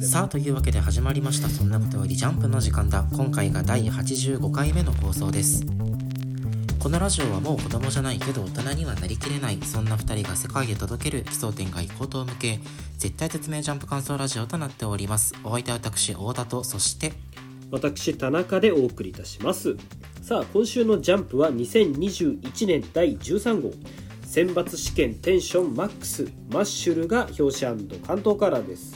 さあというわけで始まりました「そんなことよりジャンプ」の時間だ今回が第85回目の放送ですこのラジオはもう子供じゃないけど大人にはなりきれないそんな2人が世界へ届ける奇想天外高等向け絶対絶命ジャンプ感想ラジオとなっておりますお相手は私太田とそして私田中でお送りいたしますさあ今週の「ジャンプ」は2021年第13号選抜試験テンションマックスマッシュルが表紙関東カラーです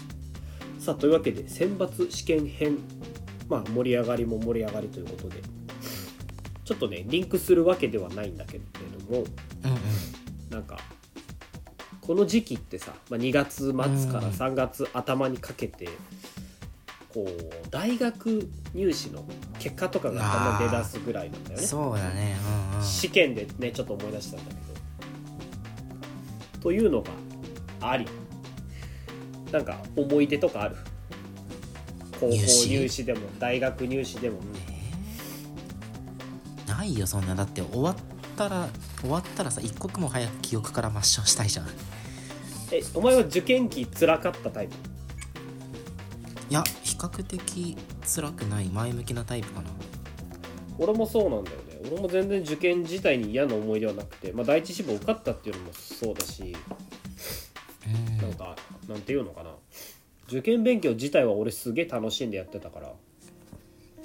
さあというわけで選抜試験編まあ盛り上がりも盛り上がりということでちょっとねリンクするわけではないんだけれどもうんうんなんかこの時期ってさ、まあ、2月末から3月頭にかけて、こう大学入試の結果とかが頭に出だすぐらいなんだよねそうだねうんうん試験でねちょっと思い出したんだけどというのがありなんか思い出とかある高校入試入試でも大学入試でも、ないよそんなだって終わったら終わったらさ一刻も早く記憶から抹消したいじゃんいえお前は受験期つらかったタイプや比較的辛くない前向きなタイプかな俺もそうなんだよね俺も全然受験自体に嫌な思い出はなくて、まあ、第一志望受かったっていうのもそうだしうんなんかなんていうのかな受験勉強自体は俺すげえ楽しんでやってたから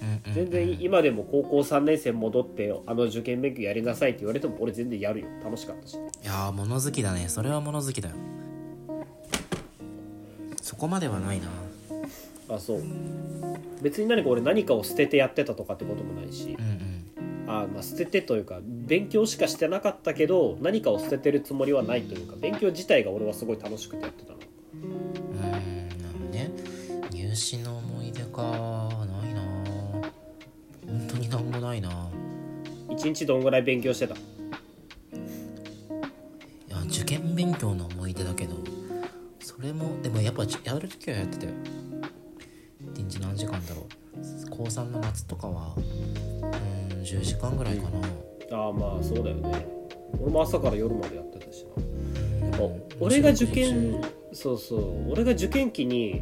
うんうん全然今でも高校3年生戻ってあの受験勉強やりなさいって言われても俺全然やるよ楽しかったしいやー物好きだねそれは物好きだよそこまではないなあそう別に何か俺何かを捨ててやってたとかってこともないしうんうんあまあ捨ててというか勉強しかしてなかったけど何かを捨ててるつもりはないというか勉強自体が俺はすごい楽しくてやってたのうーんなんで入試の思い出かないな本当になんもないな一日どんぐらい勉強してたいや受験勉強の思い出だけどそれもでもやっぱじやる時はやってたよ一日何時間だろう高3の夏とかはうん10時間ぐらいかなああまあそうだよね俺も朝から夜までやってたしうんな俺が受面験そうそう俺が受験期に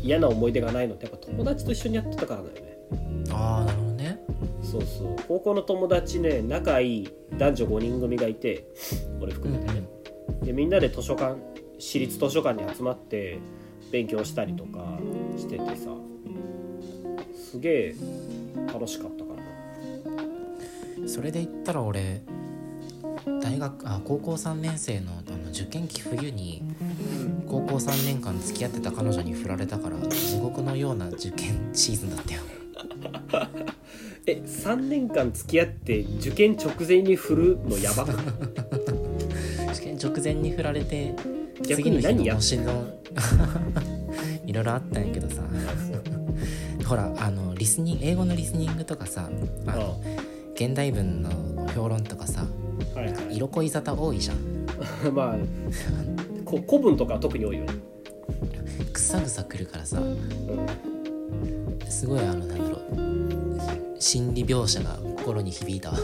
嫌な思い出がないのってやっぱ友達と一緒にやってたからだよね白い中ああなるほどねそうそう高校の友達ね仲いい男女5人組がいて俺含めてね、でみんなで図書館私立図書館に集まって勉強したりとかしててさすげえ楽しかったからなそれで言ったら俺大学あ高校3年生のあの受験期冬に高校3年間付き合ってた彼女に振られたから地獄のような受験シーズンだったよえ3年間付き合って受験直前に振るのやばくない 試験直前に振られて逆次のに日何のやっ模試の いろいろあったんやけど さほらあのリスニング英語のリスニングとかさああの現代文の評論とかさはいは色恋沙汰多いじゃんいまあこ古文とかは特に多いよね、ぐさぐさくるからさうんすごいあのなんだろう心理描写が心に響いたわ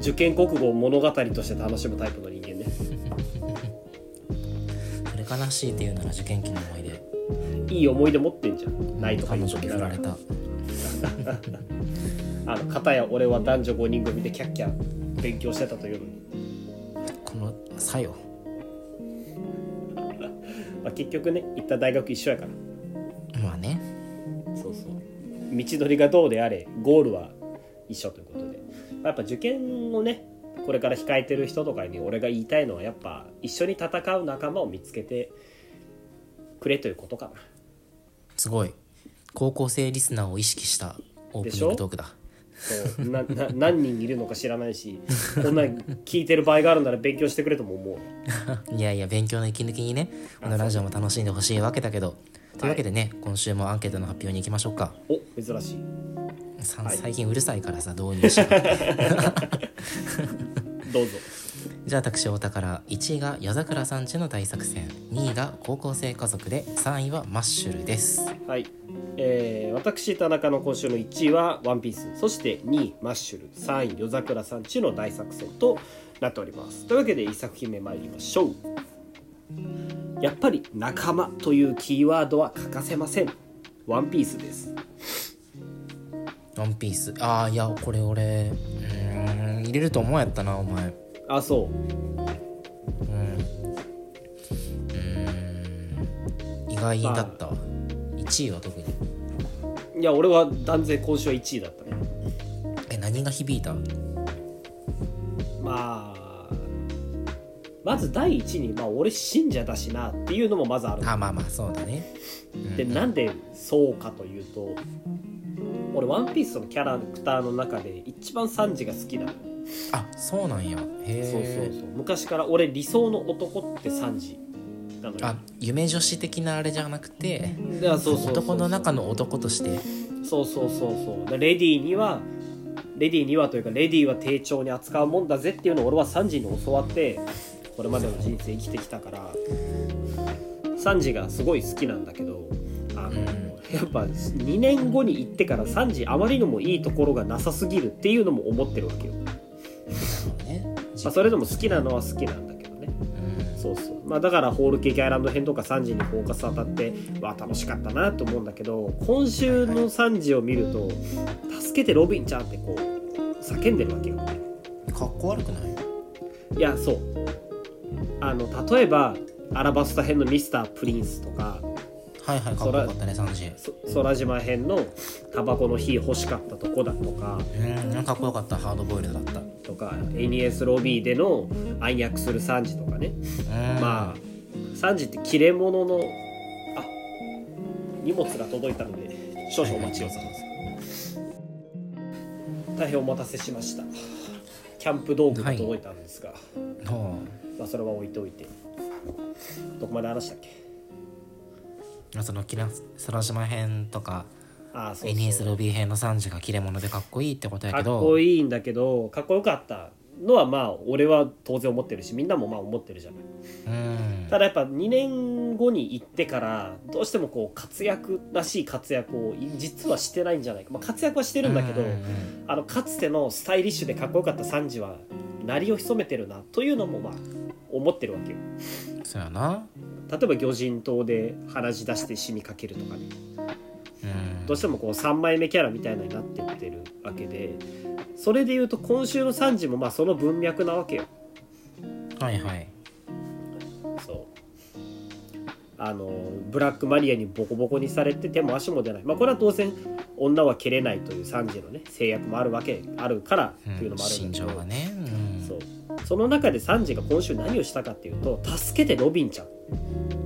受験国語を物語として楽しむタイプの人間ねそれ悲しいっていうなら受験期の思い出いい思い出持ってんじゃんないとか彼言う女ときにな振らがれたらあの片や俺は男女5人組でキャッキャ勉強してたというのに、この作用まあ、結局ね行った大学一緒やからまあねそうそう道のりがどうであれゴールは一緒ということで、まあやっぱ受験をねこれから控えてる人とかに俺が言いたいのはやっぱ一緒に戦う仲間を見つけてくれということかなすごい高校生リスナーを意識したオープニングトークだそうなな何人いるのか知らないしこんなん聞いてる場合があるなら勉強してくれとも思ういやいや勉強の息抜きにねこのラジオも楽しんでほしいわけだけどというわけでね、今週もアンケートの発表に行きましょうかお珍しいさん最近うるさいからさ導入しようどうぞじゃあ私太田から1位が夜桜さんちの大作戦2位が高校生家族で3位はマッシュルですはい、えー私田中の今週の1位は「ワンピースそして2位「マッシュル」3位「夜桜さんちの大作戦」となっておりますというわけで1作品目参りましょうやっぱり仲間というキーワードは欠かせませんワンピースですワンピースああいやこれ俺うーん入れると思うやったなお前あそううんうーん意外だったわ1位は特にいや俺は断然今週は1位だったねえ何が響いたまあまず第一に、まあ、俺信者だしなっていうのもまずあるあまあまあそうだねうんでなんでそうかというと俺「ワンピースのキャラクターの中で一番サンジが好きなのあそうなんやへそうそうえそう昔から俺理想の男ってサンジなのよあ夢女子的なあれじゃなくていやそうそうそう男の中の男としてそうそうそうそうでレディーにはレディーにはというかレディーは丁重に扱うもんだぜっていうのを俺はサンジに教わってこれまでの人生生きてきたからサンジがすごい好きなんだけどあの、うんやっぱ2年後に行ってからサンジあまりにもいいところがなさすぎるっていうのも思ってるわけよ、まねあ、それでも好きなのは好きなんだけどねうんそうそうまあだからホールケーキアイランド編とか3時にフォーカス当たってわあ楽しかったなと思うんだけど今週の3時を見ると「助けてロビンちゃん」ってこう叫んでるわけよかっこ悪くないいやそうあの例えばアラバスタ編のミスタープリンスとかはいはいかっこよかったね3時そ空島編のタバコの火欲しかったとこだとかうんかっこよかったハードボイルドだったとか NES ロビーでの暗躍する3時とかねうんまあ3時って切れ者のあ荷物が届いたので少々お待ちをさ大変お待たせしましたキャンプ道具が届いたんですが、ほまあ、それは置いておいてどこまで話したっけうそのキラ空島編とかああそうそう NS ロビー編の3時が切れ者でかっこいいってことやかけっどこいいんだけどかっこよかったのはまあ俺は当然思ってるしみんなもまあ思ってるじゃないうんただやっぱ2年後に行ってからどうしてもこう活躍らしい活躍を実はしてないんじゃないか、まあ、活躍はしてるんだけど、ううんあのかつてのスタイリッシュでかっこよかったサンジは鳴りを潜めてるなというのもまあ思ってるわけようんそうやな例えば魚人島で鼻血出して死にかけるとかねうんどうしてもこう3枚目キャラみたいなになってってるわけでそれでいうと今週のサンジもまあその文脈なわけよはいはいそうあのブラックマリアにボコボコにされて手も足も出ない、まあ、これは当然女は蹴れないというサンジのね制約もあるわけあるからうっていうのもあるん心情だけど、がねうんそうその中でサンジが今週何をしたかっていうと助けてロビンちゃ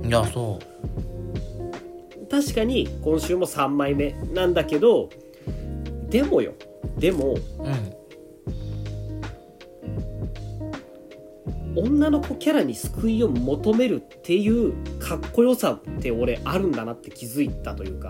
んいやそう確かに今週も3枚目なんだけどでもよでもうん女の子キャラに救いを求めるっていうかっこよさって俺あるんだなって気づいたというか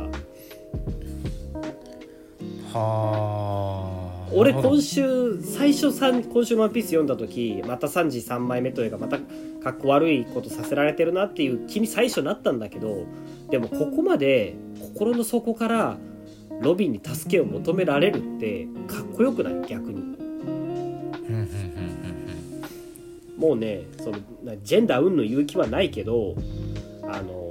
はあ俺なるほ今週最初さん今週の「ワンピース読んだ時また3時3枚目というかまたかっこ悪いことさせられてるなっていう気に最初なったんだけどでもここまで心の底からロビンに助けを求められるってかっこよくない逆にどうんうんうんうんもうねそのなジェンダー云々言う気はないけどあの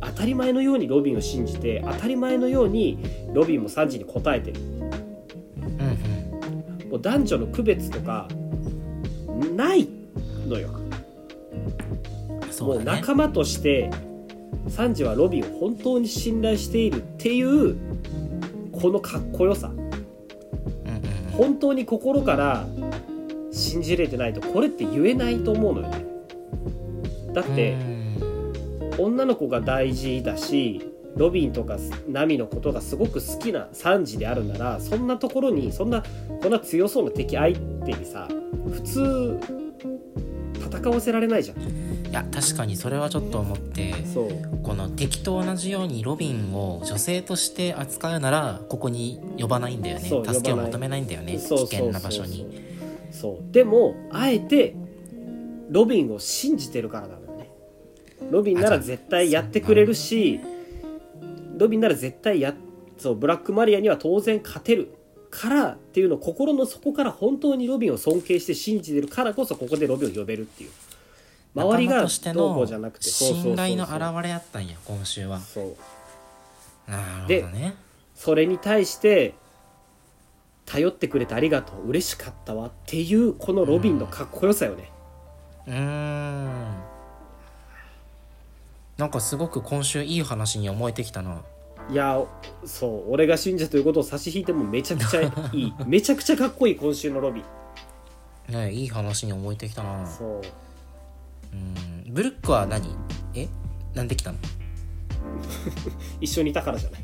当たり前のようにロビンを信じて当たり前のようにロビンも3時に応えてるうんうんもう男女の区別とかないのようんもそううだね仲間としてサンジはロビンを本当に信頼しているっていうこのかっこよさうんうんうん本当に心から信じれてないとこれって言えないと思うのよねだってうん女の子が大事だしロビンとかナミのことがすごく好きなサンジであるならそんなところにそんなこんな強そうな敵相手にさ普通戦わせられないじゃんいや確かにそれはちょっと思ってそうこの敵と同じようにロビンを女性として扱うならここに呼ばないんだよねそう助けを呼ばない求めないんだよね危そうそう険な場所にそうそうでもあえてロビンを信じてるからなのよねロビンなら絶対やってくれるしロビンなら絶対やそうブラックマリアには当然勝てるからっていうのを心の底から本当にロビンを尊敬して信じてるからこそここでロビンを呼べるっていう周り仲間がとしてどうこうじゃなのくてそうそうそうそう信頼の表れやったんや今週はそうなるほどねそれに対して頼ってくれてありがとう嬉しかったわっていうこのロビンのかっこよさよね、うーんなんかすごく今週いい話に思えてきたないやそう俺が信者ということを差し引いてもめちゃくちゃい いめちゃくちゃかっこいい今週のロビンねえいい話に思えてきたなそううんブルックは何えなんで来たの一緒にいたからじ ゃない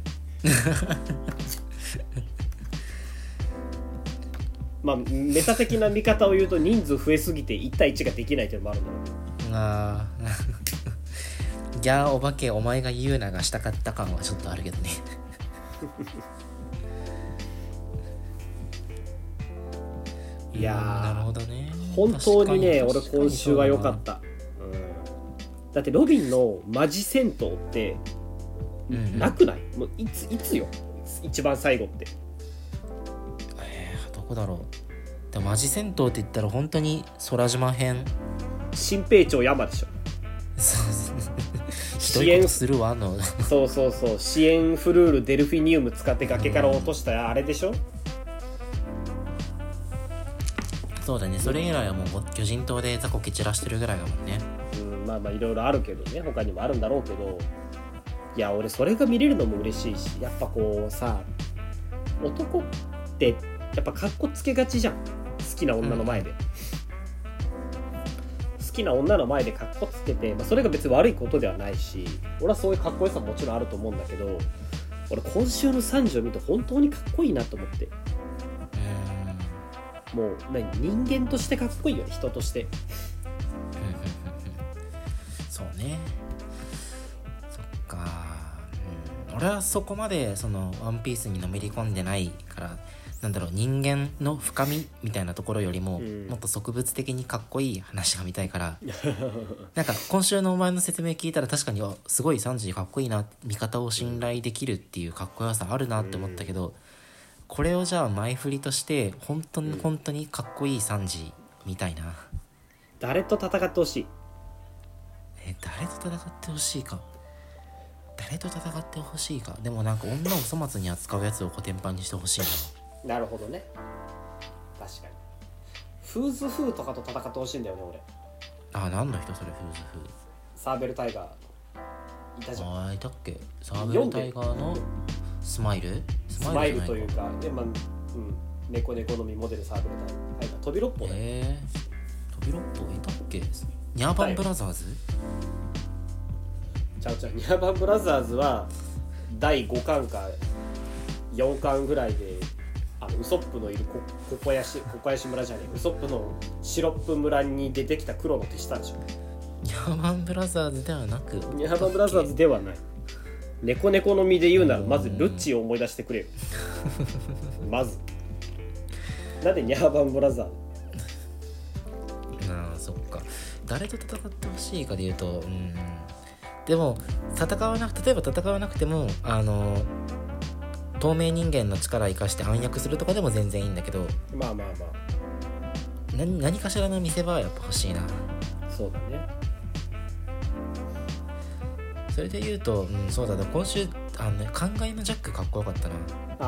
まあメタ的な見方を言うと人数増えすぎて1対1ができないというのもあるんだろうけどあー ギャーお化けお前が言うながしたかった感はちょっとあるけどねいやーうんなるほどね本当にね俺確かに今週は良かった、うん、だってロビンのマジ戦闘ってうんうんなくない、もういついつよ一番最後ってえーどこだろうでもマジ戦闘って言ったら本当に空島編 新兵長山でしょそうそうひど支いこ援とするわのそうそうそう支援フルールデルフィニウム使って崖から落としたあれでしょそうだねそれ以来はもう巨人島で雑魚蹴散らしてるぐらいだもんねうんまあまあいろいろあるけどね他にもあるんだろうけどいや俺それが見れるのも嬉しいしやっぱこうさ男ってやっぱかっこつけがちじゃん好きな女の前で、好きな女の前でかっこつけて、まあ、それが別に悪いことではないし俺はそういうかっこよさももちろんあると思うんだけど俺今週の三条見て本当にかっこいいなと思ってうもう何人間としてかっこいいよね人としてーんうんうんうんうんそうねそっかうん俺はそこまでその「ワンピースにのめり込んでないからなんだろう人間の深みみたいなところよりも、うんもっと植物的にかっこいい話が見たい からなんか今週のお前の説明聞いたら確かにあすごいサンジかっこいいな味方を信頼できるっていうかっこよさあるなって思ったけど、これをじゃあ前振りとして本当にうん本当にかっこいいサンジみたいな、誰と戦ってほしいえ誰と戦ってほしいか誰と戦ってほしいかでもなんか女を粗末に扱うやつをコテンパンにしてほしいななるほどね確かにフーズフーとかと戦ってほしいんだよね俺あ何の人それフーズサーベルタイガーいたじフゃんーあいたっけサーベルタイガーのスマイルススマイルとじいゃなうかかでまあうん猫猫のみモデルサーベルタイガー飛び六本ねえー、飛び六本いたっけニャーバンブラザーズちゃうちゃうニャバンブラザーズは第5巻か4巻ぐらいであのウソップのいるこここやしここやし村じゃねえウソップのシロップ村に出てきた黒の手下でしょニャーバンブラザーズではなくニャバンブラザーズではない。猫猫の実で言うならまずルッチを思い出してく れよ。まず。なんでニャバンブラザーああそっか誰と戦ってほしいかで言うとうんでも戦わなく例えば戦わなくてもあの透明人間の力を生かして暗躍するとかでも全然いいんだけどまあまあま何何かしらの見せ場はやっぱ欲しいなあ。そうだね。それで言うと、うん、そうだな今週あの、ね、考えのジャックかっこよかったな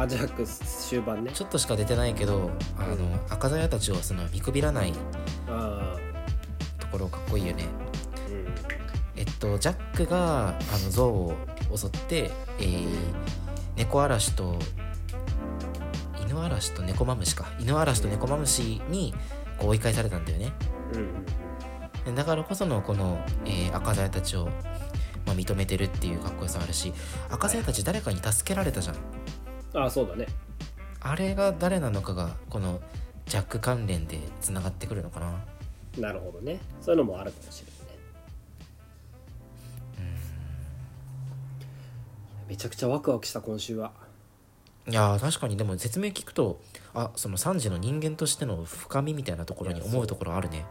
あ、ジャック終盤ね。ちょっとしか出てないけどあの赤鞘たちをその見くびらないあところかっこいいよねあ。うん。えっとジャックがあの象を襲って、えー猫嵐と犬嵐と猫マムシか犬嵐と猫マムシにこう追い返されたんだよねうん。でだからこそのこの、えー赤鞘たちを、まあ、認めてるっていうかっこよさあるし赤鞘たち誰かに助けられたじゃんああ、そうだね。あれが誰なのかがこのジャック関連でつながってくるのかななるほどね。そういうのもあるかもしれないね。めちゃくちゃワクワクした今週は。いやー確かにでも説明聞くとあそのサンジの人間としての深みみたいなところに思うところあるね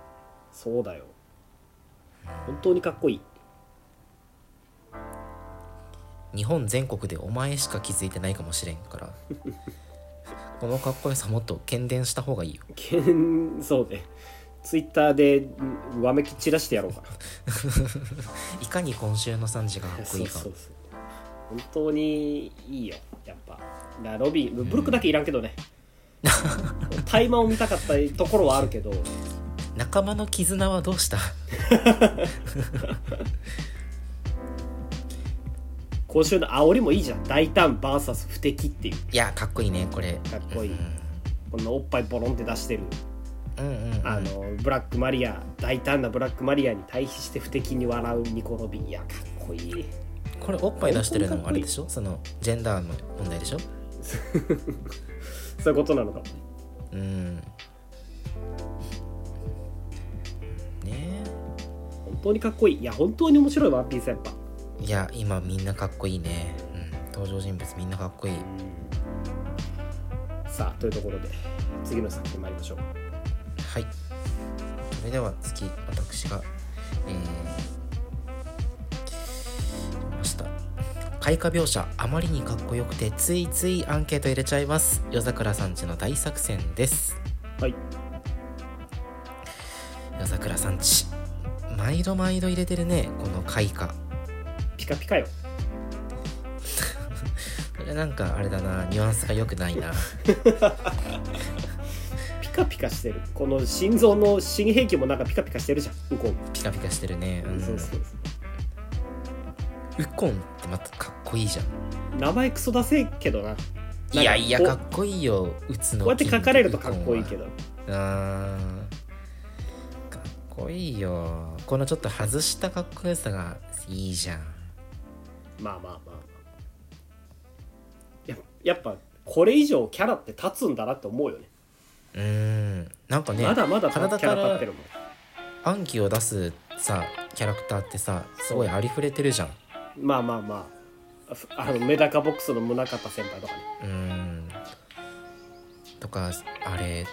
そうだよ。本当にかっこいい。日本全国でお前しか気づいてないかもしれんからこのかっこよさもっと喧伝した方がいいよけんそうねツイッターでんわめき散らしてやろうかな。いかに今週の3時がかっこいいかそうそうそう本当にいいよやっぱなロビーブルックだけいらんけどね大麻を見たかったところはあるけど仲間の絆はどうした今週の煽りもいいじゃん大胆 VS 不敵っていういやかっこいいねこれかっこいいうんこのおっぱいボロンって出してるうんうんうんあのブラックマリア大胆なブラックマリアに対比して不敵に笑うニコ・ロビンいやかっこいいこれおっぱい出してるのもあれでしょそのジェンダーの問題でしょそういうことなのかもねうんねえ本当にかっこいいいや本当に面白いワンピースやっぱいや今みんなかっこいいね、うん、登場人物みんなかっこいいさあというところで次の作品参りましょうはいそれでは次私がえー、来ました開花描写あまりにかっこよくてついついアンケート入れちゃいます夜桜さんちの大作戦ですはい夜桜さんち毎度毎度入れてるねこの開花ピカピカよこれなんかあれだなニュアンスが良くないなピカピカしてるこの心臓の新兵器もなんかピカピカしてるじゃんウコン、ピカピカしてるね、うん、そうそうそうウコンってまたかっこいいじゃん名前クソ出せえけどななんかいやいやこうかっこいいよ打つのこうやって書かれるとかっこいいけどどあーかっこいいよこのちょっと外したかっこよさがいいじゃんまあまあまあまあややっぱこれ以上キャラって立つんだなって思うよねうーんなんかねまだまだキャラ体立からってるもん暗記を出すさキャラクターってさすごいありふれてるじゃんまあまあまあふあのメダカボックスの宗像先輩とかねうーんとかあれなんか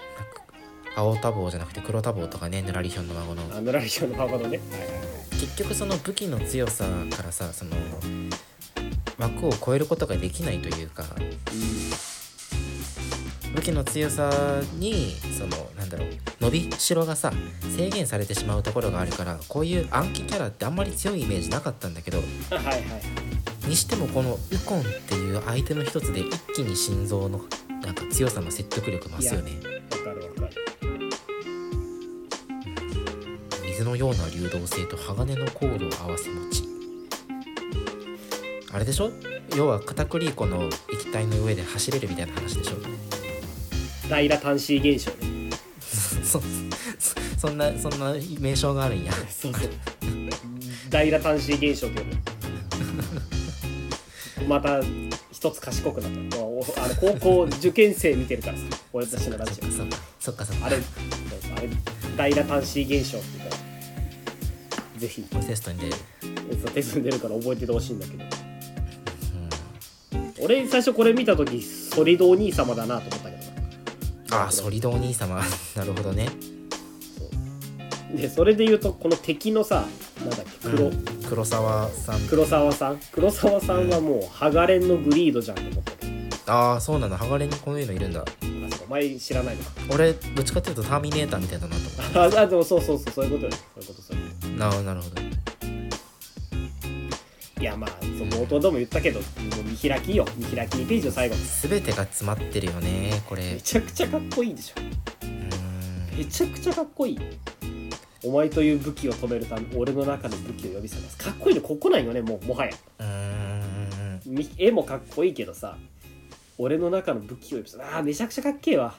青多忙じゃなくて黒多忙とかねぬらりひょんの孫のあのラリオのパパのねはいはいはい結局その武器の強さからさその枠を超えることができないというか武器の強さにそのなんだろう伸びしろがさ制限されてしまうところがあるからこういう暗記キャラってあんまり強いイメージなかったんだけどあはいはいにしてもこのウコンっていう相手の一つで一気に心臓のなんか強さの説得力増すよねわかるわかる水のような流動性と鋼のコードを合わせ持ちあれでしょ要は片栗粉の液体の上で走れるみたいな話でしょ平端子現象ねそそそんなそんな名称があるんやそうそう平端子現象というの また一つ賢くなったおあの高校受験生見てるからさ俺たちのラジそっかそっかそっオかあれあれ平端子現象っていうからぜひこれテストに出る、そうテストに出るから覚えててほしいんだけどうん、俺最初これ見た時ソリドお兄様だなと思ったけどなああソリドお兄様 なるほどねそうでそれで言うとこの敵のさなんだっけ黒、うん黒沢さん黒沢さん黒沢さんはもうハガレンのグリードじゃんと思ったけどああそうなの鋼にこういうのいるんだあそうお前知らないのか 俺どっちかっていうとターミネーターみたいだなと思っああでもそうそうそうそういうことよそういうことそういうこたなあなるほどといやまあその冒頭でも言ったけどもう見開きよ見開き2ページの最後全てが詰まってるよねこめれちゃくちゃかっこいいでしょうんめちゃくちゃかっこいいお前という武器を止めるため俺の中の武器を呼び覚ますかっこいいのここないよねもうもはやうんみ絵もかっこいいけどさ俺の中の武器を呼び覚ますあーめちゃくちゃかっけえわ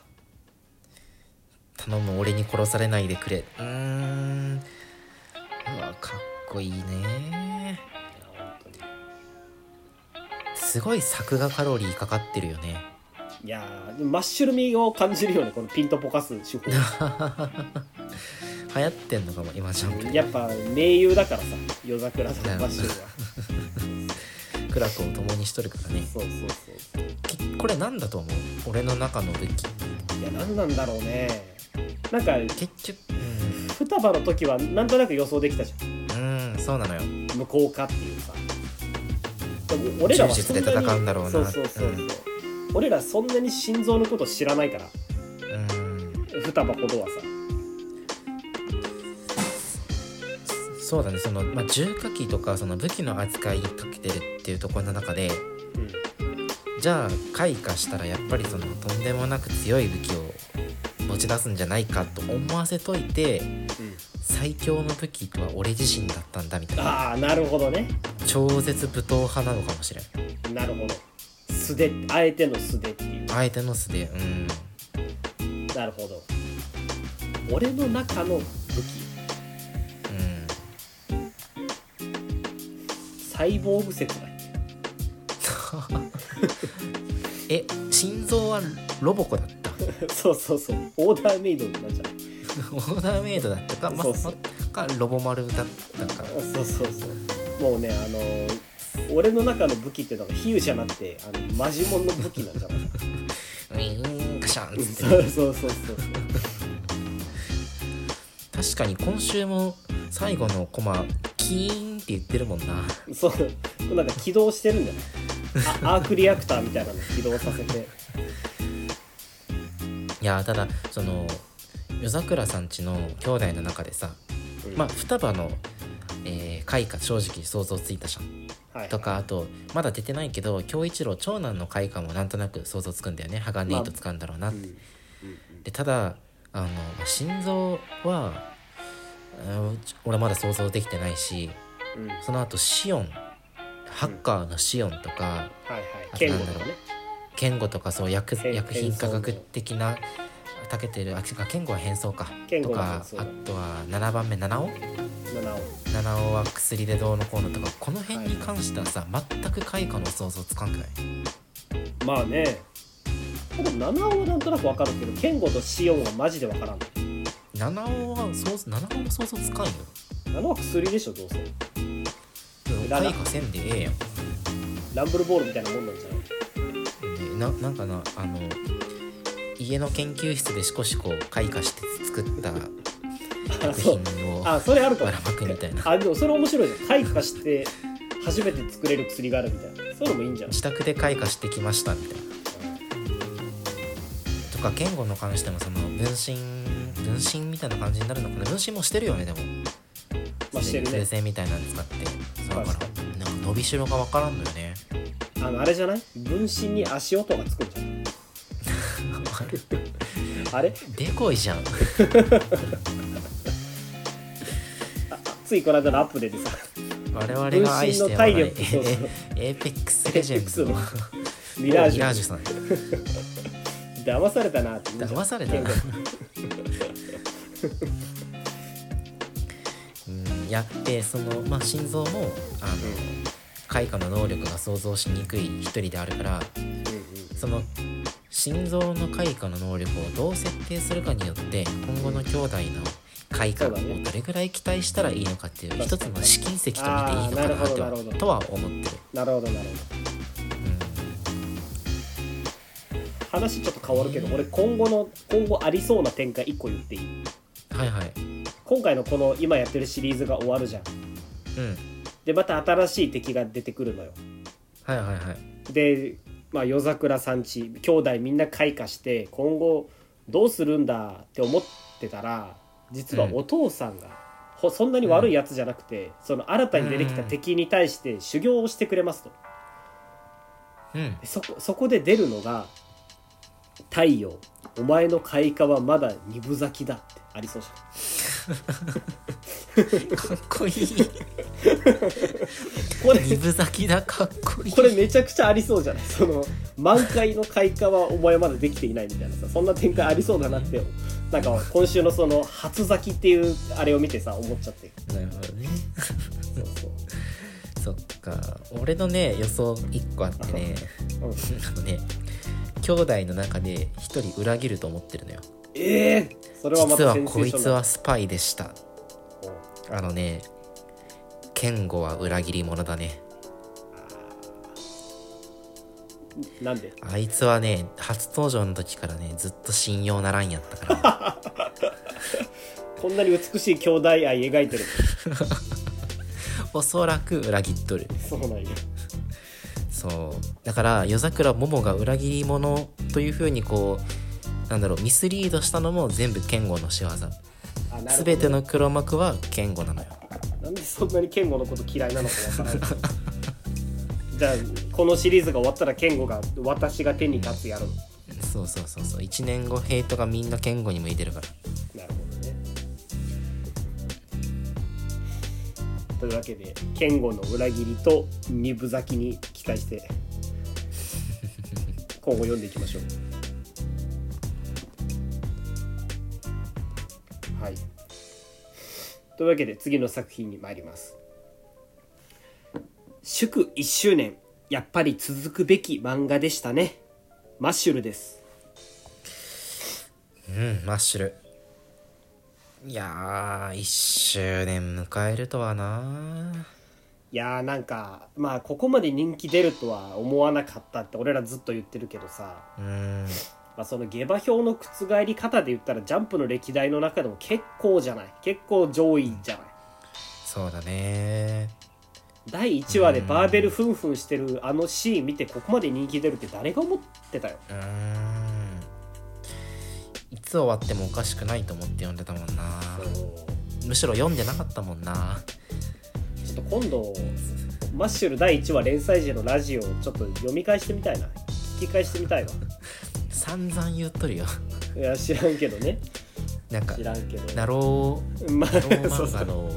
頼む俺に殺されないでくれうーんうわかっこいいねいや本当にすごい作画カロリーかかってるよねいやーでもマッシュルミを感じるよねこのピンとポカす手 法流行ってんのかも今ジャンプやっぱ名優だからさ夜桜とマッシュルは苦楽を共にしとるからねそうそうきこれなんだと思う俺の中の武器そういや何なんだろうねなんか結局双葉の時はなんとなく予想できたじゃうんうんそうなのよん向こうかっていうさでも俺らはそんなに柔術で戦うんだろうなそうそうそうそう、うん俺らそんなに心臓のこと知らないからうん双葉ほどはさそうだねその、まあ、重火器とかその武器の扱いにかけてるっていうところの中でうんじゃあ開花したらやっぱりそのとんでもなく強い武器を持ち出すんじゃないかと思わせといて最強の武器とは俺自身だったんだみたいなああなるほどね超絶武闘派なのかもしれんなるほど素であえての素でっていう相手の素でうんなるほど俺の中の武うん器サイボーグ説だっ けえ心臓はロボコだったそうそうそうオーダーメイドになっちゃうオーダーメイドだったか,、まあそうそうかロボ丸だったかあそうそうそうもうねあのー俺の中の武器ってのは比喩じゃなくてあのマジモンの武器なんじゃないウィーンガシャンっつっ そてうそうそうそう確かに今週も最後のコマキーンって言ってるもんなそうなんか起動してるんだよ あアークリアクターみたいなの起動させていやーただその夜桜さんちの兄弟の中でさまあ双葉の、えー、開花正直想像ついたじゃんあ、はい、とかあとまだ出てないけど京一郎長男の開花もなんとなく想像つくんだよね鋼ネイト使うんだろうなうっん、うて、んでただあのまあ心臓はうん俺まだ想像できてないしうん、はいその後シオンハッカーのシオンとか、はい剣とかね健吾とかそう薬変薬品科学的なたけてるあ違う健吾は変装か健と吾はか変装あとは7番目七尾七尾七尾は薬でどうのこうのとかこの辺に関してはさ、全く開花の想像つかんくないまあねでも七尾はなんとなくわかるけど剣吾とシオンはマジでわからん七尾は想像七尾も想像つかんよ七尾は薬でしょどうせだな開花せんでええやんランブルボールみたいなもんなんじゃないでななんかなあの家の研究室でしこしこ開花して作ったあ作そう品をあそれあるかもばらまくみたいなあでもそれ面白いじゃん開花して初めて作れる薬があるみたいなそういうのもいいんじゃない自宅で開花してきましたみたいなとか言語の関してもその分身分身みたいな感じになるのかな分身もしてるよねでもまあしてる生ね成みたいなの使ってそうだか確からなんか伸びしろが分からんのよねあのあれじゃない分身に足音がつくんじ ゃないあれあれでこいじゃ んついこの間のアップデートでさ我々が愛してやまない分身の体力そうそう エーペックスレジェンズのエーペミラージミラーュジュさん騙されたなって言うんじゃん騙され たな 健吾うんやってそのまあ心臓もあの開花の能力が想像しにくい一人であるからその心臓の開花の能力をどう設定するかによって今後の兄弟の開花をどれぐらい期待したらいいのかっていう一つの試金石と見ていいのかなあーなるほとどはなるほどとは思ってる、なるほどなるほど話ちょっと変わるけど俺今後の今後ありそうな展開1個言っていいうん、はいはい今回のこの今やってるシリーズが終わるじゃんうんでまた新しい敵が出てくるのよはいはいはいで、まあ、夜桜さんち兄弟みんな開花して今後どうするんだって思ってたら実はお父さんが、ほそんなに悪いやつじゃなくて、その新たに出てきた敵に対して修行をしてくれますと、うんでそこそこで出るのが「太陽お前の開花はまだ二分咲きだ」ってありそうじゃかっ こいいんこれ二分咲きだかっこいいこれめちゃくちゃありそうじゃないその満開の開花はお前まだできていないみたいなさそんな展開ありそうだなってなんか今週のその初咲きっていうあれを見てさ思っちゃってなるほどねそうそそうっか俺のね予想1個あってねう んあのね兄弟の中で1人裏切ると思ってるのよええそれはま実たはセンセこーいションつはスパイでしたうんあのね健吾は裏切り者だねなんであいつはね初登場の時からねずっと信用ならんやったから こんなに美しい兄弟愛描いてるおそらく裏切っとるそうなんやそうだから夜桜桃が裏切り者というふうにこうなんだろうミスリードしたのも全部健吾の仕業あなるほど全ての黒幕は健吾なのよあなんでそんなに健吾のこと嫌いなのかわからないじゃあこのシリーズが終わったら健吾が私が手に立つやろうそうそうそうそう1年後ヘイトがみんな健吾に向いてるからなるほどね。というわけで、健吾の裏切りと二分咲きに期待して、今後読んでいきましょう。はい。というわけで、次の作品に参ります。祝1周年、やっぱり続くべき漫画でしたね。マッシュルです。うんマッシュルいやー1周年迎えるとはないやーなんかまあここまで人気出るとは思わなかったって俺らずっと言ってるけどさ、うんまあ、その下馬評の覆り方で言ったらジャンプの歴代の中でも結構じゃない結構上位じゃないそうだね第1話でバーベルフンフンしてるあのシーン見てここまで人気出るって誰が思ってたようーんいつ終わってもおかしくないと思って読んでたもんなちむしろ読んでなかったもんなょっと今度マッシュル第1話連載時のラジオをちょっと読み返してみたいな聞き返してみたいわ散々言っとるよいや知らんけどねなんか知らんけ どナロまあーナローそ漫うそ画うの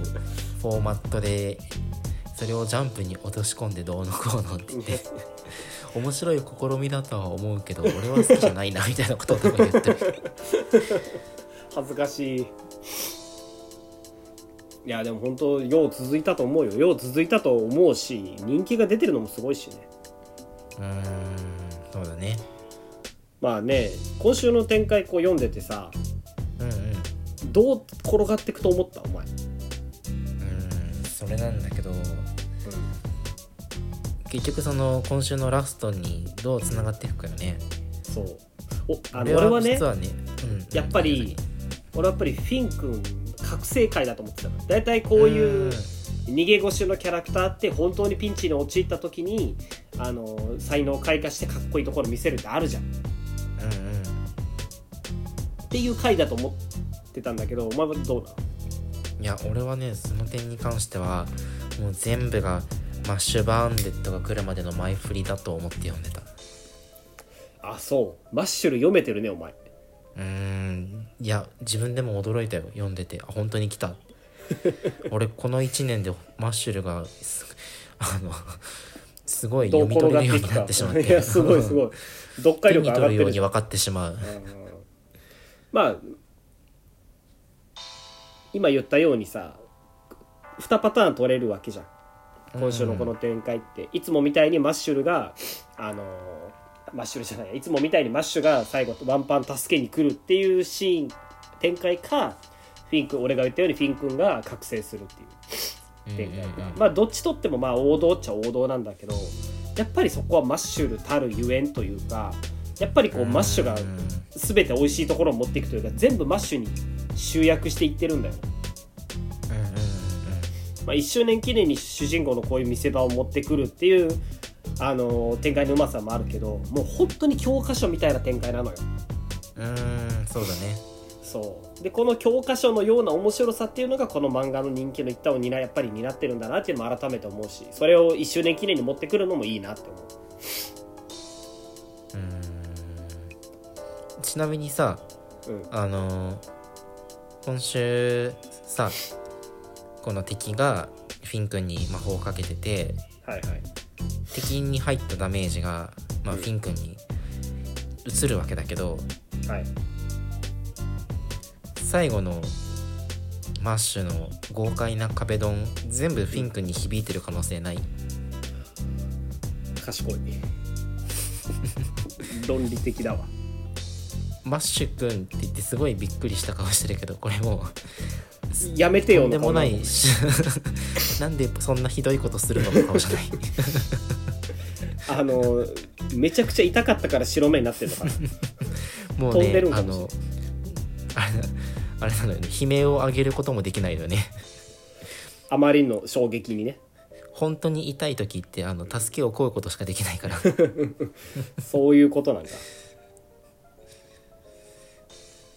フォーマットでそれをジャンプに落とし込んでどうのこうのって言っ て面白い試みだとは思うけど俺は好きじゃないなみたいなことを多分言ってる恥ずかしいいやでも本当よう続いたと思うよよう続いたと思うし人気が出てるのもすごいしねうーんそうだねまあね今週の展開こう読んでてさうんうんうどう転がってくと思ったお前、ーんそれなんだけど結局その今週のラストにどうつながっていくかよねそうおあの俺はね実はね、うん、やっぱり俺はやっぱりフィン君覚醒会だと思ってたの大体こういう逃げ腰のキャラクターって本当にピンチに陥った時にあの才能を開花してかっこいいところ見せるってあるじゃうんんうんっていう回だと思ってたんだけどお前はどうなのいや俺はねその点に関してはもう全部がマッシュバーンデッドが来るまでの前振りだと思って読んでたあそうマッシュル読めてるねお前うーんいや自分でも驚いたよ読んでてあ本当に来た 俺この1年でマッシュルがすあのすごいど読うみ取転がれっるようになてきってしまってたいやすごいすごいい読解手力に取るよう上がってるにじゃん分かってしまううんまあ今言ったようにさ2パターン取れるわけじゃん今週のこの展開って、いつもみたいにマッシュルがあのーマッシュルじゃないいつもみたいにマッシュが最後ワンパン助けに来るっていうシーン展開かフィン君俺が言ったようにフィン君が覚醒するっていううんうんうんまあどっちとってもまあ王道っちゃ王道なんだけどやっぱりそこはマッシュルたるゆえんというかやっぱりこうマッシュがうん全て美味しいところを持っていくというか全部マッシュに集約していってるんだよ、うんうんまあ、1周年記念に主人公のこういう見せ場を持ってくるっていう、あのー展開のうまさもあるけどもう本当に教科書みたいな展開なのようんうーんそうだねそうでこの教科書のような面白さっていうのがこの漫画の人気の一端を担やっぱり担ってるんだなっていうのも改めて思うしそれを1周年記念に持ってくるのもいいなって思ううーんちなみにさうんあのー今週さこの敵がフィン君に魔法をかけててはいはい敵に入ったダメージが、まあ、うんフィン君に移るわけだけどはい最後のマッシュの豪快な壁ドン全部フィン君に響いてる可能性ない 賢い論理的だわマッシュ君って言ってすごいびっくりした顔してるけどこれもやめうてとよんでもなこんいし なんでそんなひどいことするのか顔じゃないなのあのめちゃくちゃ痛かったから白目になってるの かなもう飛んでねるんあかもしれなのいあれあれな のよね悲鳴を上げることもできないのよね あまりの衝撃にね本当に痛い時ってあの助けを請うことしかできないから そういうことなんだ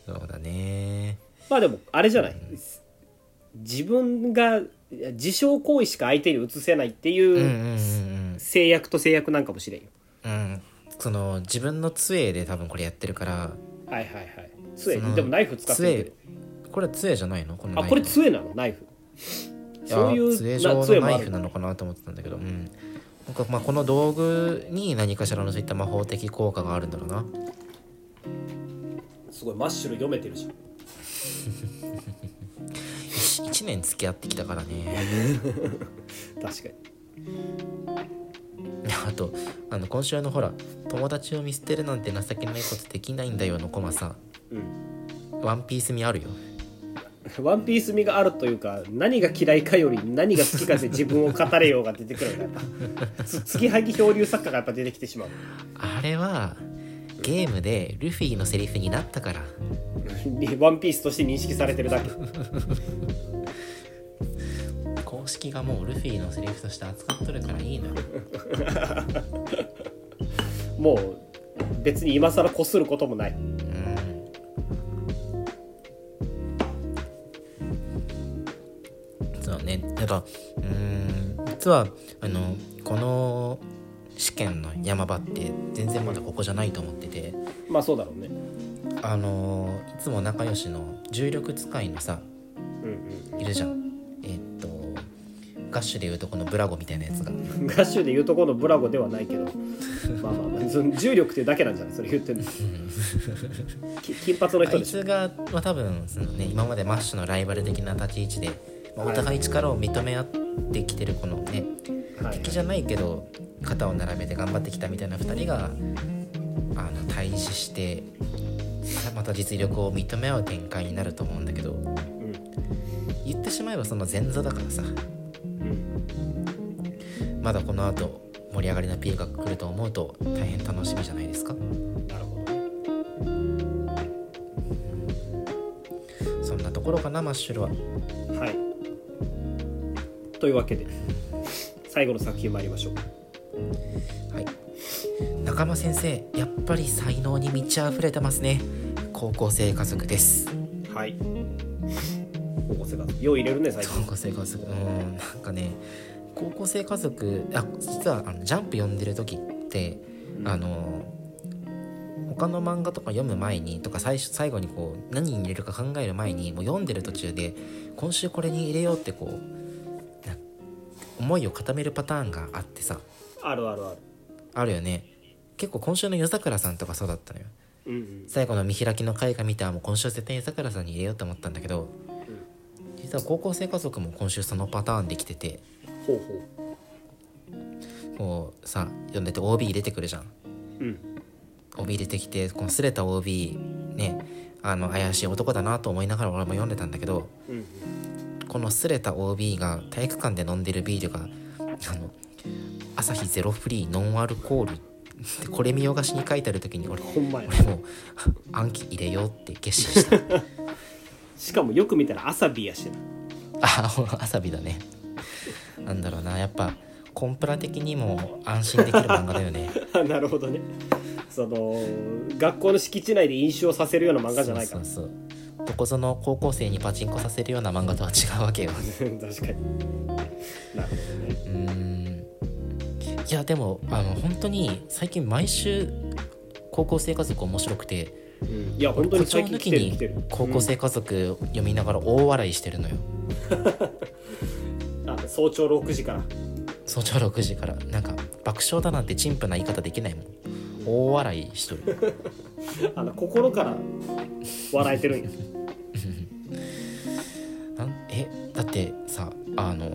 そうだねまあでもあれじゃない自分が自傷行為しか相手に移せないってうんうんういうん制約と制約なんかもしれんよ。うんうんその自分の杖で多分これやってるからはいはいはい。杖そのでもナイフ使ってるけど。これは杖じゃないのこのナイあフこれ杖なのナイフ。いやそういう杖な状のもナあイるフなのかなと思ってたんだけどうんなんかまあこの道具に何かしらのそういった魔法的効果があるんだろうなすごいマッシュル読めてるじゃん。 1年付き合ってきたからね確かに。あとあの今週のほら「友達を見捨てるなんて情けないことできないんだよ」のコマさうん。ワンピース味あるよワンピース味があるというか何が嫌いかより何が好きかで自分を語れようが出てくるのがや っぱつつきはぎ漂流作家がやっぱ出てきてしまうあれはゲームでルフィのセリフになったから ワンピースとして認識されてるだけ公式がもうルフィのセリフとして扱っとるからいいのよもう別に今更こすることもないうんそうねなんかうーん実はあのこの試験の山場って全然まだここじゃないと思ってて、まあそうだろうねあのーいつも仲良しの重力使いのさうんいるじゃんえーっとガッシュでいうとこのブラゴみたいなやつがうん ガッシュで言うとこのブラゴではないけどまあまあまあその重力っていうだけなんじゃないそれ言ってるのき金髪のあ人いでしょつが、まあ、多分その、ね、今までマッシュのライバル的な立ち位置で、まあ、お互い力を認め合ってきてるこのねはい敵じゃないけど肩を並べて頑張ってきたみたいな2人があの対峙してまた実力を認め合う展開になると思うんだけど言ってしまえばその前座だからさうんうんまだこの後盛り上がりのピークが来ると思うと大変楽しみじゃないですかなるほどねそんなところかなマッシュルははいというわけで最後の作品参りましょうはい仲間先生やっぱり才能に満ち溢れてますね高校生家族ですはい高校生活よう入れるね最高近校生家族うーんなんかね高校生家族あ実はあのジャンプ読んでる時ってあの他の漫画とか読む前にとか最初最後にこう何に入れるか考える前にもう読んでる途中で今週これに入れようってこうな思いを固めるパターンがあってさあるあるあるあるよね結構今週の夜桜さんとかそうだったのようんうん最後の見開きの回が見てあもう今週絶対夜桜さんに入れようと思ったんだけど実は高校生家族も今週そのパターンできててほうほこうさ読んでて OB 入れてくるじゃんううん帯出てきてこの擦れた OB ねあの怪しい男だなと思いながら俺も読んでたんだけどうんうんこの擦れた OB が体育館で飲んでるビールがあの「朝日ゼロフリーノンアルコール」ってこれ見よがしに書いてある時に俺ほんまや俺もう暗記入れようって決心したしかもよく見たら朝日やしなあ ほら朝日だねなんだろうなやっぱコンプラ的にも安心できる漫画だよねあなるほどねその学校の敷地内で飲酒をさせるような 漫画じゃないかそうそうそうどこぞの高校生にパチンコさせるような漫画とは違うわけよ 確かになるほどねうーんいやでもあの本当に最近毎週高校生家族面白くてうんいや本当に最近誇来張抜きてる来てるに高校生家族読みながら大笑いしてるのよ、うんあ早朝6時から早朝6時からなんか爆笑だなんて陳腐な言い方できないもん大笑いしとるあの心から笑えてるんやなんえだってさあの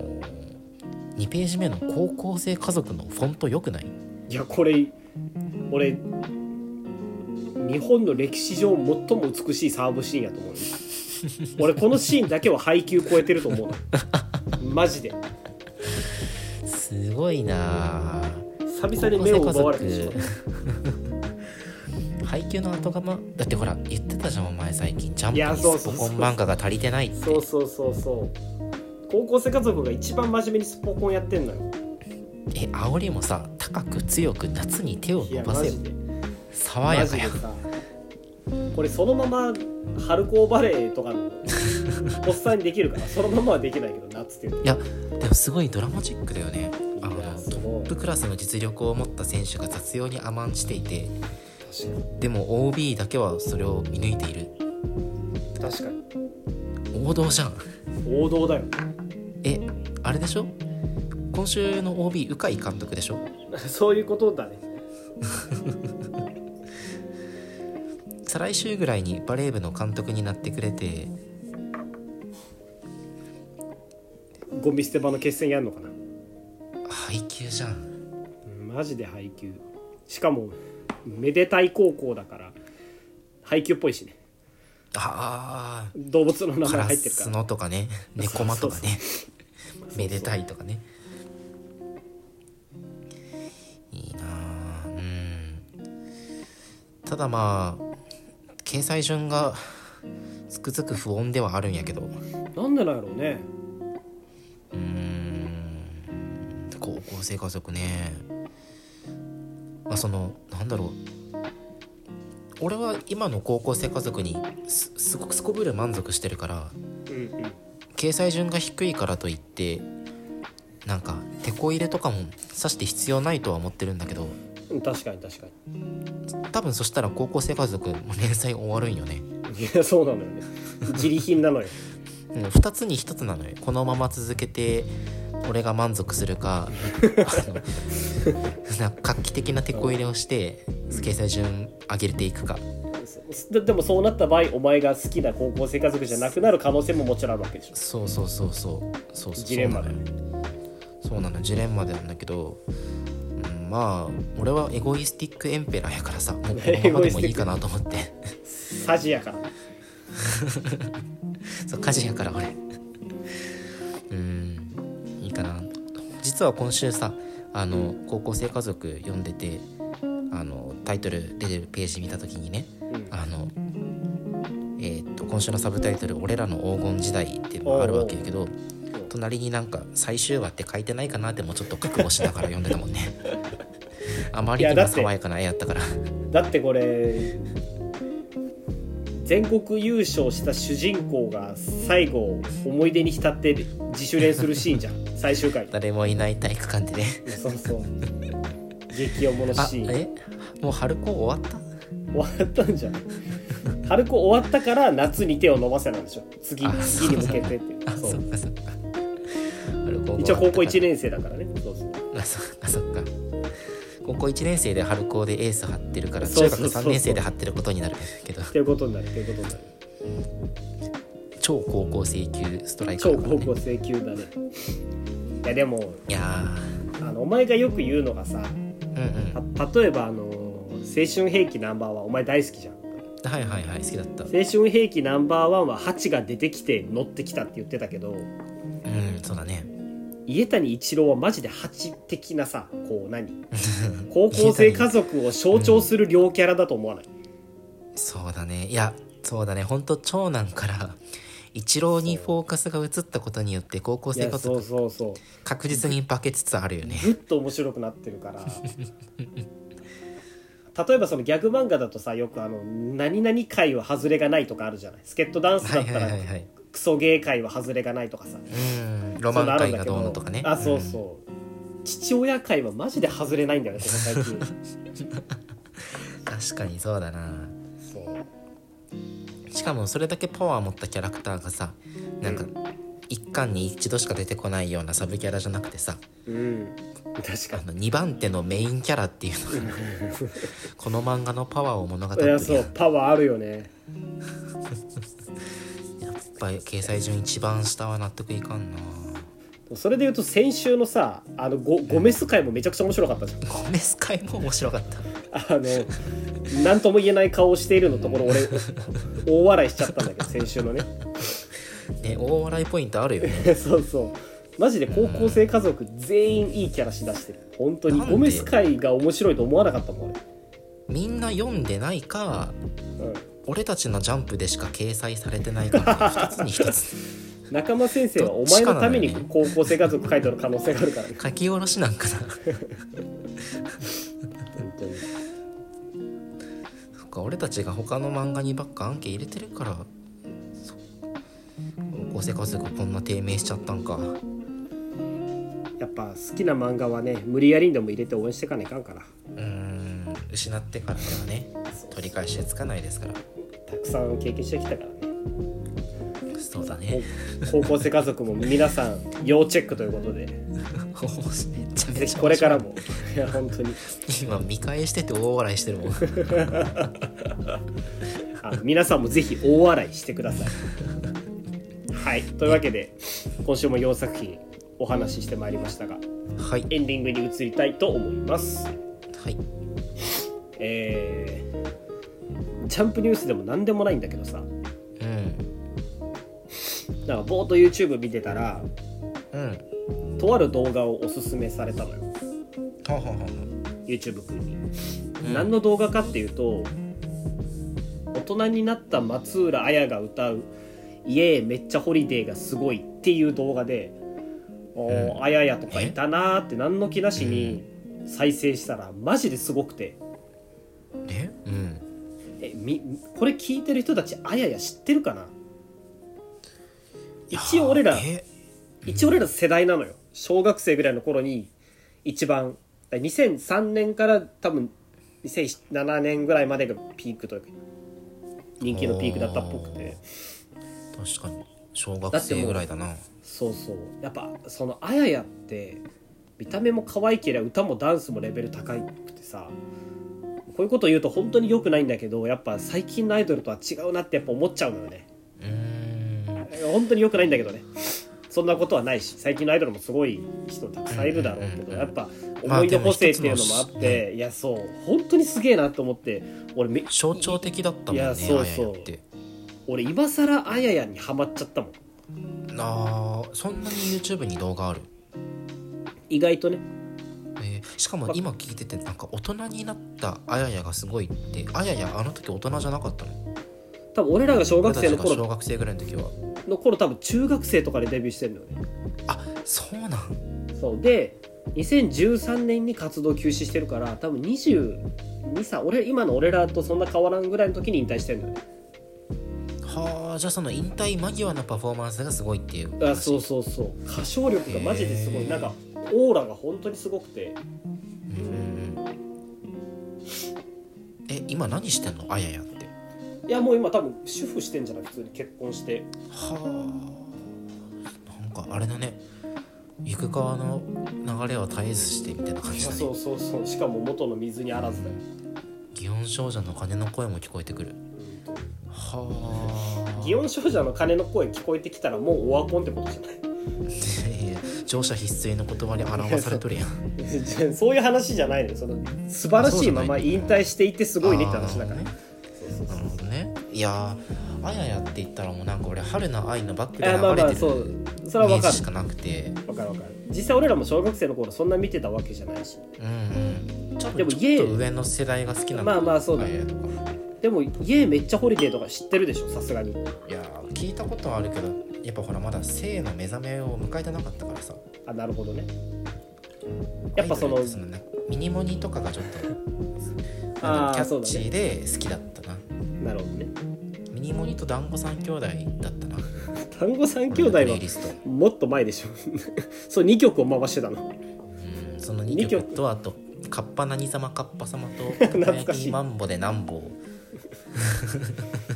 2ページ目の高校生家族のフォント良くないいやこれ俺日本の歴史上最も美しいサーブシーンやと思うよ俺このシーンだけは配給超えてると思うのマ ジですごいなあ久々に目を奪われてしま う配給の後釜だってほら言ってたじゃんお前最近ジャンいやプそうにそスうポそうコン漫画が足りてないってそうそうそうそう高校生家族が一番真面目にスポコンやってんのよえ煽りもさ高く強く夏に手をい伸やばマせよジで爽マやジかでやさこれそのまま春高バレーとかのおっさんにできるからそのままはできないけど夏っていうのでもすごいドラマチックだよねあのいやすトごいップクラスの実力を持った選手が雑用に甘んじていて確かでも OB だけはそれを見抜いているに確かに王道じゃん王道だよ えあれでしょ今週の OB 鵜飼監督でしょそういうことだね再来週ぐらいにバレー部の監督になってくれてゴミ捨て場の決戦やんのかな配球じゃんマジで配給しかもめでたい高校だから配給っぽいしねあ動物のあ名カ前ラ入ってるかスらのとかね猫マとかねめでたいとかねいいなあうんただまあ掲載順がつくづく不穏ではあるんやけどなんでなんやろうねうーん高校生家族ねまあそのなんだろう俺は今の高校生家族にすすごくすこぶる満足してるからうん掲載順が低いからといってなんかてこ入れとかもさして必要ないとは思ってるんだけどうん確かに確か多分そしたら高校生家族も連載終わるんよねにいやそうなのよね自利品なのようん2つに1つなのよこのまま続けて俺が満足する かあのなんか画期的なテこ入れをして掲載順上げていくかででもそうなった場合お前が好きな高校生家族じゃなくなる可能性ももちろんあるわけでしょそうそうそうそうそうそうジレンマだそうよなねのよそうなのジレンマなんだけど、うん、まあ俺はエゴイスティックエンペラーやからさもうこのままでもいいかなと思ってサジやからそう家事やから俺うんいいかな実は今週さあの高校生家族読んでてあのタイトル出てるページ見た時にねうんあのえーっと今週のサブタイトル「俺らの黄金時代」っていうのがあるわけやけど隣になんか「最終話」って書いてないかなってもうちょっと覚悟しながら読んでたもんね あまりにもいやだって爽やかな絵やったからだってこれ全国優勝した主人公が最後思い出に浸って自主練するシーンじゃん最終回誰もいない体育館でねそうそう激おものあシーンえもう春高終わった終わったんじゃん春子終わったから夏に手を伸ばせなんでしょ次あ次に向けてっていうあそそうっかそっか春高一応高校1年年生だからねそうそうあそっかそっか高校1年生で春高でエース張ってるからそ中うそう学そうそ3う年生で張ってることになるけどっていうことになるっていうことになる超高校生級ストライカー超だから、高ね、校生級だねいやでもいやあのお前がよく言うのがさーうんうんた例えばあの青春兵器ナンバーワンお前大好きじゃんはいはいはい好きだった青春兵器ナンバーワンはハチが出てきて乗ってきたって言ってたけどうんそうだね家谷一郎はマジでハチ的なさこ う何高校生家族を象徴する両キャラだと思わないそうだねいやそうだねほんと長男から一郎にフォーカスが移ったことによって高校い生や活そうそうそう確実に化けつつあるよね ぐっと面白くなってるから例えばそのギャグ漫画だとさよくあの何々回は外れがないとかあるじゃない助っ人ダンスはいだったはいらはいはいクソゲー回は外れがないとかさうんロそマうン界いうのあるんだがけどうのどとかねあそうんそう、父親会はマジで外れないんだよねここ最近確かにそうだなそうしかもそれだけパワー持ったキャラクターがさなんか一巻に一度しか出てこないようなサブキャラじゃなくてさうん確あかの2番手のメインキャラっていう のがこの漫画のパワーを物語ってにいるやよそうパワーあるよねやっぱり掲載順一番下は納得いかんなそれで言うと先週のさあのゴゴメス会もめちゃくちゃ面白かったじゃんゴメス会も面白かったあの何とも言えない顔をしているのとこ ろ俺大笑いしちゃったんだけど先週のね ね大笑いポイントあるよねそうそうマジで高校生家族全員いいキャラしだしてる本当になんでゴメス会が面白いと思わなかったもんみんな読んでないか俺、うん俺たちのジャンプでしか掲載されてないかの2つに1つ仲間先生はどおっち前かのなのたよねめに高校生家族書いてる可能性があるからね書き下ろしなんかな本当にそっっか俺たちが他の漫画にばっかアンケ入れてるからそ高生活がこんな低迷しちゃったんかやっぱ好きな漫画はね無理やりにでも入れて応援していかないかんからうーん失ってからではね取り返しはつかないですからたくさん経験してきたからねそうだね高校生家族も皆さん要チェックということでめっちゃめぜちひゃこれからもいや本当に 今見返してて大笑いしてる もんあの皆さんもぜひ大笑いしてください。はい、というわけで今週も4作品お話ししてまいりましたがはいエンディングに移りたいと思います。はいえージャンプニュースでも何でもないんだけどさうんなんかぼーっと YouTube 見てたらうんとある動画をおすすめされたのよはあはあは YouTube 君に。あうん何の動画かっていうと大人になった松浦綾が歌う「イエーイめっちゃホリデーがすごい」っていう動画で「おーうあややとかいたな」って何の気なしに再生したらマジですごくてえうんえみこれ聞いてる人たちあやや知ってるかないやー一応俺らえ一応俺ら世代なのよ小学生ぐらいの頃に一番だから2003年から多分2007年ぐらいまでがピークというか人気のピークだったっぽくて確かに小学生ぐらいだなそうそうやっぱそのあややって見た目も可愛けりゃ歌もダンスもレベル高くてさこういうこと言うと本当に良くないんだけどやっぱ最近のアイドルとは違うなってやっぱ思っちゃうのよねうーん本当に良くないんだけどねそんなことはないし最近のアイドルもすごい人たくさんいるだろうけうんうんうんどうんやっぱまあ思い出補正っていうのもあっでも一つていやそう本当にすげえなと思って俺め象徴的だったもんねいやそうそうあややって俺今更あややにハマっちゃったもんあーそんなに YouTube に動画ある、意外とねえーしかも今聞いててなんか大人になったあややがすごいってあややあの時大人じゃなかったの多分俺らが小学生の俺たちが小頃学生ぐらいの時はの頃多分中学生とかでデビューしてるのよねあそうなんそうで2013年に活動休止してるから多分22歳俺今の俺らとそんな変わらんぐらいの時に引退してるのよねはあじゃあその引退間際のパフォーマンスがすごいっていうあそうそうそう歌唱力がマジですごへいーなんかオーラが本当にすごくてうんうんうんえ今何してんのあややっていやもう今多分主婦してんじゃない普通に結婚してはあなんかあれだね行く川の流れは絶えずしてみたいな感じあだそねうそうそうしかも元の水にあらずだよ祇園少女の鐘の声も聞こえてくるはあ祇園少女の鐘の声聞こえてきたらもうオワコンってことじゃないいや乗車必須の言葉に表されとるやん そういう話じゃないのよその素晴らしいまま引退していてすごいねって話だからねそうそうなそるうほどねいやーあややって言ったらもうなんか俺春の愛のバックであまあま流あれてそるうイそれはメ分ーかジしるかなくて分かる分かる実際俺らも小学生の頃そんな見てたわけじゃないしうんうんちょっとでもちょっ家と上の世代が好きなのまあまあそうだややとかでも家めっちゃホリデーとか知ってるでしょさすがにいやー聞いたことはあるけどやっぱほらまだ性の目覚めを迎えてなかったからさあなるほどねやっぱそのアイドルてねミニモニとかがちょっとああーのキャそうッだねチーで好きだったな、なるほどねミニモニと団子三兄弟だったな単語三兄俺弟のプレイリはストもっと前でしょ そう2曲を回して たのうんその二2曲曲とあと「カッパ何様カッパ様」と「 懐かしい輝きマンボで何ぼ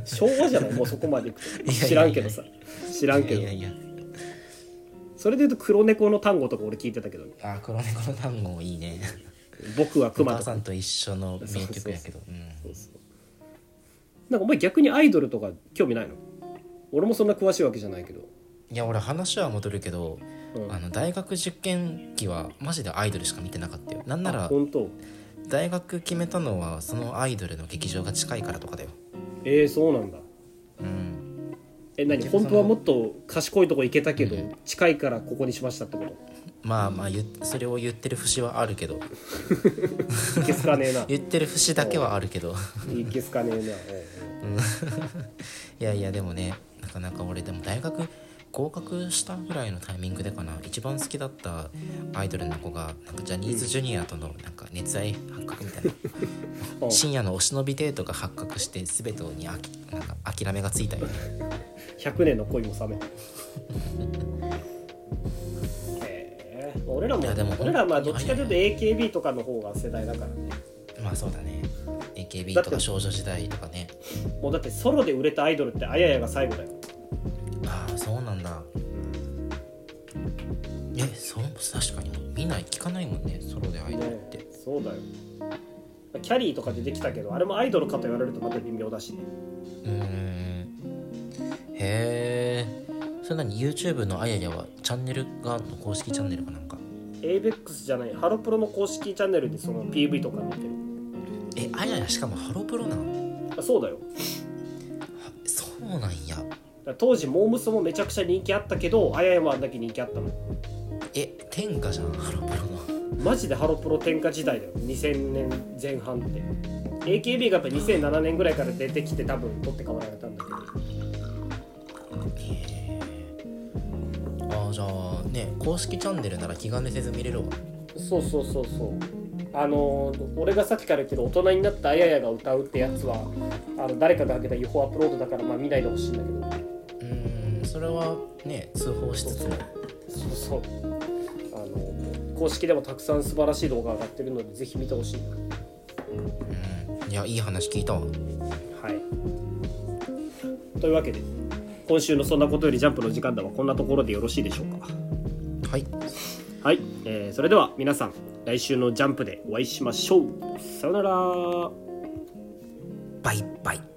昭和じゃないもうそこまでいくいやいやいとや知らんけどさ知」らんけどいやいやいそれで言うと黒猫の単語とか俺聞いてたけどねやあー黒猫の単語いいね僕はお 熊母とかさんと一緒の名曲やけどうんそうそうなんかお前逆にアイドルとか興味ないの俺もそんな詳しいわけじゃないけど、いや俺話は戻るけどうん、あの大学受験期はマジでアイドルしか見てなかったよなんなら本当大学決めたのはそのアイドルの劇場が近いからとかだよえー、そうなんだうんえ何でもその本当はもっと賢いとこ行けたけど、うん近いからここにしましたってこまあまあ言っそれを言ってる節はあるけどと いけすかねえな言ってる節だけはあるけどいけすかねえな、いやいやでもねなかなか俺でも大学合格したぐらいのタイミングでかな一番好きだったアイドルの子がなんかジャニーズジュニアとのなんか熱愛発覚み たいなあ深夜のお忍びデートが発覚して全てにあきなんか諦めがついたよね100年の恋も冷 めへえ俺らもいやでも俺らはまあどっちかというと AKB とかの方が世代だからねまあそうだね AKB だっとてか少女時代とかねもうだってソロで売れたアイドルってあややが最後だよああそうなんだえそう確かに見ない聞かないもんねソロでアイドルって、ねそうだよキャリーとか出てきたけどあれもアイドルかと言われるとまた微妙だしねうーんへえそれなに YouTube のあややはチャンネルがあんの公式チャンネルかなんか ABEX じゃないハロプロの公式チャンネルにその PV とか見てるえあややしかもハロプロなのあそうだよあそうなんやだから当時モームスもめちゃくちゃ人気あったけどあややもあんだけ人気あったのえ天下じゃんハロプロのマジでハロプロ天下時代だよ2000年前半って AKB がやっぱ2007年ぐらいから出てきて多分取って代わられたんだけどへえあーじゃあね公式チャンネルなら気兼ねせず見れるわそうそうそうそうあのー俺がさっきから言ってる大人になったあややが歌うってやつはあの誰かが上げた違法アップロードだからまあ見ないでほしいんだけどうーんそれはね通報しつつもそうそうあの公式でもたくさん素晴らしい動画上がってるのでぜひ見てほしいなうんいやいい話聞いたわはいというわけで今週の「そんなことよりジャンプ」の時間だはこんなところでよろしいでしょうかはいはい、えーそれでは皆さん来週の「ジャンプ」でお会いしましょうさよならバイバイ